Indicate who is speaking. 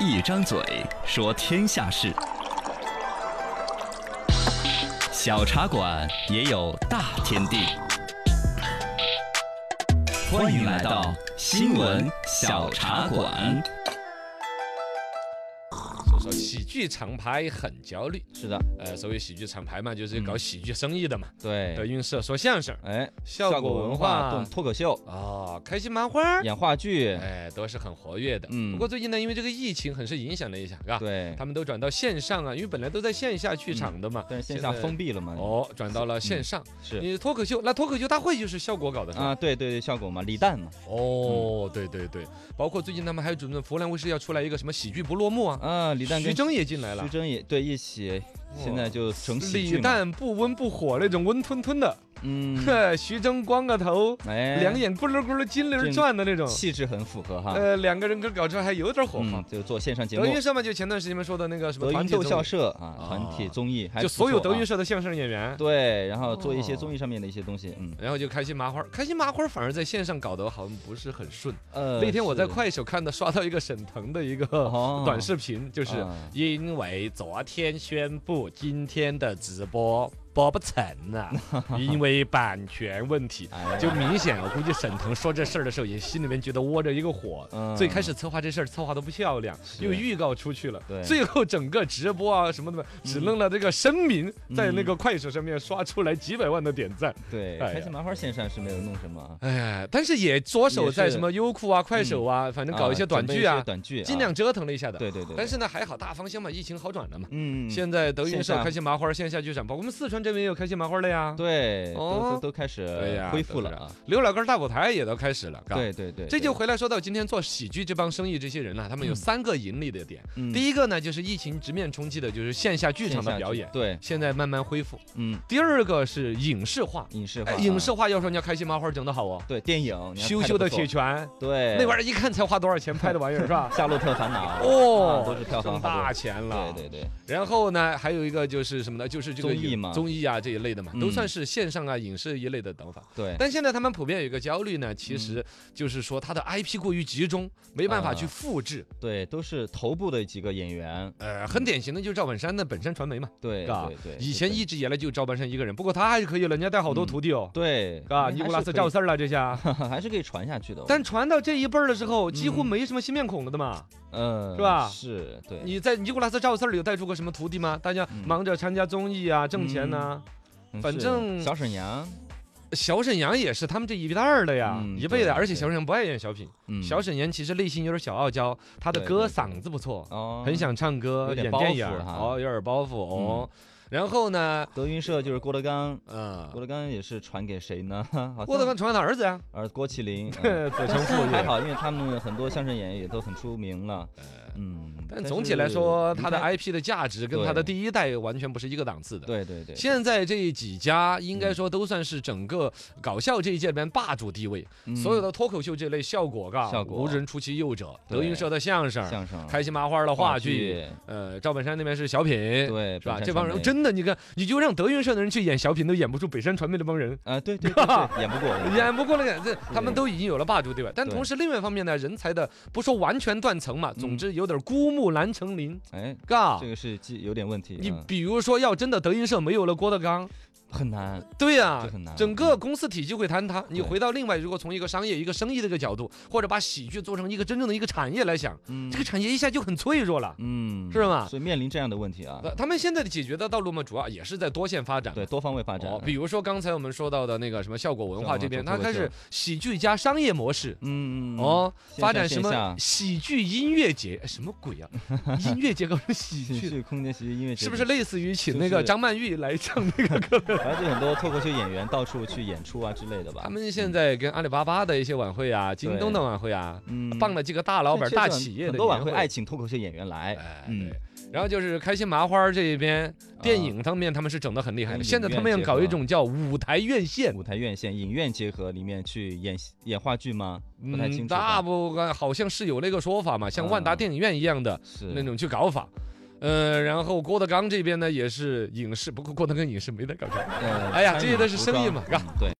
Speaker 1: 一张嘴说天下事，小茶馆也有大天地。欢迎来到新闻小茶馆。
Speaker 2: 就说呃喜剧厂牌很焦虑，
Speaker 3: 是的，
Speaker 2: 呃，所谓喜剧厂牌嘛，就是搞喜剧生意的嘛，德
Speaker 3: 嗯对，
Speaker 2: 云社说相声
Speaker 3: 哎，
Speaker 2: 效
Speaker 3: 效
Speaker 2: 果
Speaker 3: 果
Speaker 2: 文
Speaker 3: 文
Speaker 2: 化
Speaker 3: 化、动脱口秀、
Speaker 2: 啊，开心麻花，
Speaker 3: 演话剧，
Speaker 2: 哎，都是很活跃的。
Speaker 3: 嗯
Speaker 2: 不过最近呢，因为这个疫情很是影响了一下，是吧？
Speaker 3: 对
Speaker 2: 他，们都转到线上啊，因为本来都在线下剧场的嘛，
Speaker 3: 但是线下
Speaker 2: 现在
Speaker 3: 封闭了嘛，
Speaker 2: 哦，转到了线上。
Speaker 3: 嗯是
Speaker 2: 你脱口秀，那脱口秀大会就是效果搞的是吧？
Speaker 3: 啊，对对对，效果嘛，李诞嘛，
Speaker 2: 哦，对对对，包括最近他们还准备湖南卫视要出来一个什么喜剧不落幕啊，
Speaker 3: 啊，李诞
Speaker 2: 徐
Speaker 3: 跟
Speaker 2: 峥也进来了
Speaker 3: 徐。峥也对一起，现在就成喜剧
Speaker 2: 李
Speaker 3: 嘛，
Speaker 2: 诞不温不火那种温吞吞的，
Speaker 3: 嗯，
Speaker 2: 呵，徐峥光个头，
Speaker 3: 哎，
Speaker 2: 两眼咕噜咕噜金溜儿
Speaker 3: 这
Speaker 2: 转的那种，
Speaker 3: 气质很符合哈，
Speaker 2: 呃，两个人可搞出来还有点火花
Speaker 3: 嗯，。就做线上节目
Speaker 2: 德，云社嘛，就前段时间说的那个什么
Speaker 3: 德
Speaker 2: 团
Speaker 3: 云
Speaker 2: 体
Speaker 3: 逗
Speaker 2: 综
Speaker 3: 笑
Speaker 2: 艺，
Speaker 3: 社啊，团体
Speaker 2: 啊
Speaker 3: 综艺，还
Speaker 2: 就
Speaker 3: 不
Speaker 2: 所有
Speaker 3: 错
Speaker 2: 德
Speaker 3: 啊
Speaker 2: 云社的相声演员，
Speaker 3: 对，然后做一些
Speaker 2: 哦
Speaker 3: 综艺上面的一些东西，嗯，
Speaker 2: 然后就开心麻花，开心麻花反而在线上搞得好像不是很顺。
Speaker 3: 呃，
Speaker 2: 那天我在
Speaker 3: 是
Speaker 2: 快手看到刷到一个沈腾的一个
Speaker 3: 哦
Speaker 2: 短视频，就是
Speaker 3: 啊
Speaker 2: 因为昨天宣布今天的直播播不成 了，因为版权问题。
Speaker 3: 哎呀
Speaker 2: 就明显，我估计沈腾说这事儿的时候，也心里面觉得窝着一个火。
Speaker 3: 嗯
Speaker 2: 最开始策划这事儿策划的不漂亮，
Speaker 3: 是
Speaker 2: 因为预告出去了，
Speaker 3: 对嗯
Speaker 2: 最后整个直播啊什么的，只弄了这个声明，在那个快手上面刷出来几百万的点赞。
Speaker 3: 对，
Speaker 2: 哎
Speaker 3: 开
Speaker 2: 呀
Speaker 3: 心麻花线上是没有弄什么啊，
Speaker 2: 哎呀，但是也着手
Speaker 3: 也
Speaker 2: 在
Speaker 3: 是嗯
Speaker 2: 什么优酷啊、快手啊，反正搞一些短
Speaker 3: 准备
Speaker 2: 剧啊，
Speaker 3: 短剧啊，
Speaker 2: 尽量折腾了一下的。
Speaker 3: 对对对，
Speaker 2: 但是呢，还好大方向嘛，疫情好转了嘛。
Speaker 3: 嗯，
Speaker 2: 现在德云
Speaker 3: 线
Speaker 2: 社
Speaker 3: 上
Speaker 2: 开心麻花线下剧场，包括我们四川这边也有开心麻花了呀。
Speaker 3: 对，都
Speaker 2: 哦
Speaker 3: 都都开始
Speaker 2: 对呀，
Speaker 3: 恢复了
Speaker 2: 都是
Speaker 3: 啊，。
Speaker 2: 刘老根儿大舞台也都开始了，嘎
Speaker 3: 对对对，
Speaker 2: 这
Speaker 3: 对
Speaker 2: 就回来说到今天做喜剧这帮生意这些人啊了、他们有三个盈利的点。
Speaker 3: 嗯
Speaker 2: 第一个呢，就是疫情直面冲击的，就是线下剧
Speaker 3: 线
Speaker 2: 场的
Speaker 3: 下
Speaker 2: 表
Speaker 3: 剧
Speaker 2: 演，
Speaker 3: 对，
Speaker 2: 现在慢慢恢复。
Speaker 3: 嗯，
Speaker 2: 第二个是影视化，
Speaker 3: 影视化
Speaker 2: 哎
Speaker 3: 啊，
Speaker 2: 影视化要说人家开心麻花整得好哦，
Speaker 3: 对电影，你看
Speaker 2: 羞
Speaker 3: 拍
Speaker 2: 羞
Speaker 3: 得不
Speaker 2: 的
Speaker 3: 错
Speaker 2: 铁，拳
Speaker 3: 对，？
Speaker 2: 那玩意儿一看才花多少钱拍的玩意儿是吧
Speaker 3: 夏洛特烦恼，
Speaker 2: 哦
Speaker 3: 啊，都是票
Speaker 2: 挣
Speaker 3: 房
Speaker 2: 大
Speaker 3: 好
Speaker 2: 钱
Speaker 3: 多，。
Speaker 2: 了
Speaker 3: 对对对，
Speaker 2: 然后呢，还有一个就是什么呢？就是这个
Speaker 3: 综艺嘛
Speaker 2: 综艺啊这一类的嘛，
Speaker 3: 嗯
Speaker 2: 都算是线上啊影视一类的等法。
Speaker 3: 对，
Speaker 2: 但现在他们普遍有一个焦虑呢，其实就是说他的 IP 过于集中，没办法
Speaker 3: 嗯啊
Speaker 2: 去复制。
Speaker 3: 对，都是头部的几个演员，
Speaker 2: 呃，很典型的就是赵本山的本山传媒嘛，
Speaker 3: 对
Speaker 2: 是吧
Speaker 3: 对对，
Speaker 2: 以前
Speaker 3: 对嗯
Speaker 2: 一直以来就赵本山一个人，不过他还是可以了，人家带好多徒弟哦，
Speaker 3: 对，
Speaker 2: 啊，
Speaker 3: 还
Speaker 2: 尼古
Speaker 3: 是
Speaker 2: 拉斯
Speaker 3: 可以
Speaker 2: 赵四儿了这下。
Speaker 3: 还是可以传下去的，
Speaker 2: 但传到这一辈儿的时候，几乎
Speaker 3: 嗯
Speaker 2: 没什么新面孔了的嘛。
Speaker 3: 嗯
Speaker 2: 是吧
Speaker 3: 是，对，
Speaker 2: 你在尼古拉斯赵四儿有带出过什么徒弟吗？大家
Speaker 3: 嗯
Speaker 2: 忙着参加综艺啊，挣钱呐、
Speaker 3: 嗯
Speaker 2: 反
Speaker 3: 是
Speaker 2: 正
Speaker 3: 小沈阳，
Speaker 2: 小沈阳也是他们这一代儿的呀，
Speaker 3: 嗯
Speaker 2: 一辈的，
Speaker 3: 对
Speaker 2: 而且小
Speaker 3: 对
Speaker 2: 沈阳不爱演小品，
Speaker 3: 嗯
Speaker 2: 小沈阳其实内心有点小傲娇，他的
Speaker 3: 对
Speaker 2: 歌
Speaker 3: 对对
Speaker 2: 嗓子不错，
Speaker 3: 哦，
Speaker 2: 很想唱歌、
Speaker 3: 有点
Speaker 2: 演
Speaker 3: 包
Speaker 2: 电影
Speaker 3: 袱
Speaker 2: 儿，
Speaker 3: 哈嗯
Speaker 2: 哦，有点包袱哦。然后呢，
Speaker 3: 德云社就是郭德纲，
Speaker 2: 嗯，
Speaker 3: 啊郭德纲也是传给谁 呢？好
Speaker 2: 郭
Speaker 3: 像，
Speaker 2: 德纲哎传他儿子呀，
Speaker 3: 而郭麒 麟。嗯
Speaker 2: 子
Speaker 3: 但
Speaker 2: 承
Speaker 3: 是
Speaker 2: 父
Speaker 3: 还
Speaker 2: 业。
Speaker 3: 好，因为他们很多相声演员也都很出名了。嗯，
Speaker 2: 哎但总体来说，
Speaker 3: 是
Speaker 2: 他的
Speaker 3: 离开
Speaker 2: IP 的价值跟他的
Speaker 3: 对
Speaker 2: 第一代完全不是一个档次的。
Speaker 3: 对对对，
Speaker 2: 现在这几家应该
Speaker 3: 嗯
Speaker 2: 说都算是整个搞笑这一届里面霸主地位，
Speaker 3: 嗯
Speaker 2: 所有的脱口秀这类效果嘎，
Speaker 3: 效果
Speaker 2: 无人出其右者，德
Speaker 3: 对
Speaker 2: 云社的相声，
Speaker 3: 相声、
Speaker 2: 开心麻花的话剧，，呃，赵本山那边是小品，
Speaker 3: 对，
Speaker 2: 是
Speaker 3: 本
Speaker 2: 吧？
Speaker 3: 山
Speaker 2: 这帮
Speaker 3: 传
Speaker 2: 人
Speaker 3: 媒
Speaker 2: 真的，你看，你就让德云社的人去演小品，都演不出北山传媒那帮人。
Speaker 3: 啊，对对对， 对演不过，
Speaker 2: 演不过那个，这他们都已经有了霸主地位，但
Speaker 3: 对
Speaker 2: 同时另外一方面呢，人才的不说完全断层嘛，
Speaker 3: 嗯
Speaker 2: 总之有点孤木难成林，
Speaker 3: 哎，
Speaker 2: 嘎
Speaker 3: 这。个是既有点问题，
Speaker 2: 你
Speaker 3: 嗯
Speaker 2: 比如说，要真的德云社没有了郭德纲，
Speaker 3: 很难，
Speaker 2: 对呀
Speaker 3: 这很难，嗯
Speaker 2: 整个公司体系会坍塌。你
Speaker 3: 对
Speaker 2: 回到另外，如果从一个商业、一个生意这个角度，或者把喜剧做成一个真正的一个产业来想，
Speaker 3: 嗯
Speaker 2: 这个产业一下就很脆弱了。
Speaker 3: 嗯
Speaker 2: 是吗
Speaker 3: 所以面临这样的问题啊，
Speaker 2: 呃，他们现在的解决的道路嘛，主要也是在多线发展。
Speaker 3: 对，多方位发展
Speaker 2: 哦，，比如说刚才我们说到的那个什么效果文化这边，它开始喜剧加商业模式。
Speaker 3: 嗯，嗯，
Speaker 2: 哦，
Speaker 3: 线
Speaker 2: 发
Speaker 3: 上
Speaker 2: 展什
Speaker 3: 线
Speaker 2: 么
Speaker 3: 下
Speaker 2: 喜剧音乐节？哎什么鬼 啊？音乐节搞成喜
Speaker 3: 情
Speaker 2: 剧，
Speaker 3: 绪空间喜剧音乐节
Speaker 2: 是不是类似于请
Speaker 3: 就
Speaker 2: 那个
Speaker 3: 是
Speaker 2: 张曼玉来唱那个歌？
Speaker 3: 反正就很多脱口秀演员到处去演出啊之类的吧。
Speaker 2: 他们现在跟阿里巴巴的一些晚会啊，京东的晚会啊，
Speaker 3: 嗯
Speaker 2: 放了几个大老板、
Speaker 3: 确实
Speaker 2: 大
Speaker 3: 很
Speaker 2: 企业的
Speaker 3: 嗯很多晚
Speaker 2: 年
Speaker 3: 会爱请脱口秀演员来，
Speaker 2: 哎，
Speaker 3: 嗯
Speaker 2: 对。然后就是开心麻花这一边，电
Speaker 3: 啊
Speaker 2: 影方面他们是整得很厉害
Speaker 3: 跟
Speaker 2: 的。
Speaker 3: 嗯影
Speaker 2: 现在他
Speaker 3: 院
Speaker 2: 们要
Speaker 3: 结
Speaker 2: 搞
Speaker 3: 合
Speaker 2: 一种叫舞台院线，
Speaker 3: 舞台院线、影院结合，里面去演演话剧吗？不太
Speaker 2: 嗯，
Speaker 3: 清楚
Speaker 2: 大
Speaker 3: 吧。
Speaker 2: 部分好像是有那个说法嘛，像万达
Speaker 3: 啊
Speaker 2: 电影院一样的
Speaker 3: 是
Speaker 2: 那种去搞法。呃，然后郭德纲这边呢也是影视，不过郭德纲影视没得搞啥。
Speaker 3: 呃
Speaker 2: 哎呀
Speaker 3: 餐
Speaker 2: 这些
Speaker 3: 饮
Speaker 2: 都是
Speaker 3: 服
Speaker 2: 生意
Speaker 3: 装
Speaker 2: 嘛
Speaker 3: 嗯对。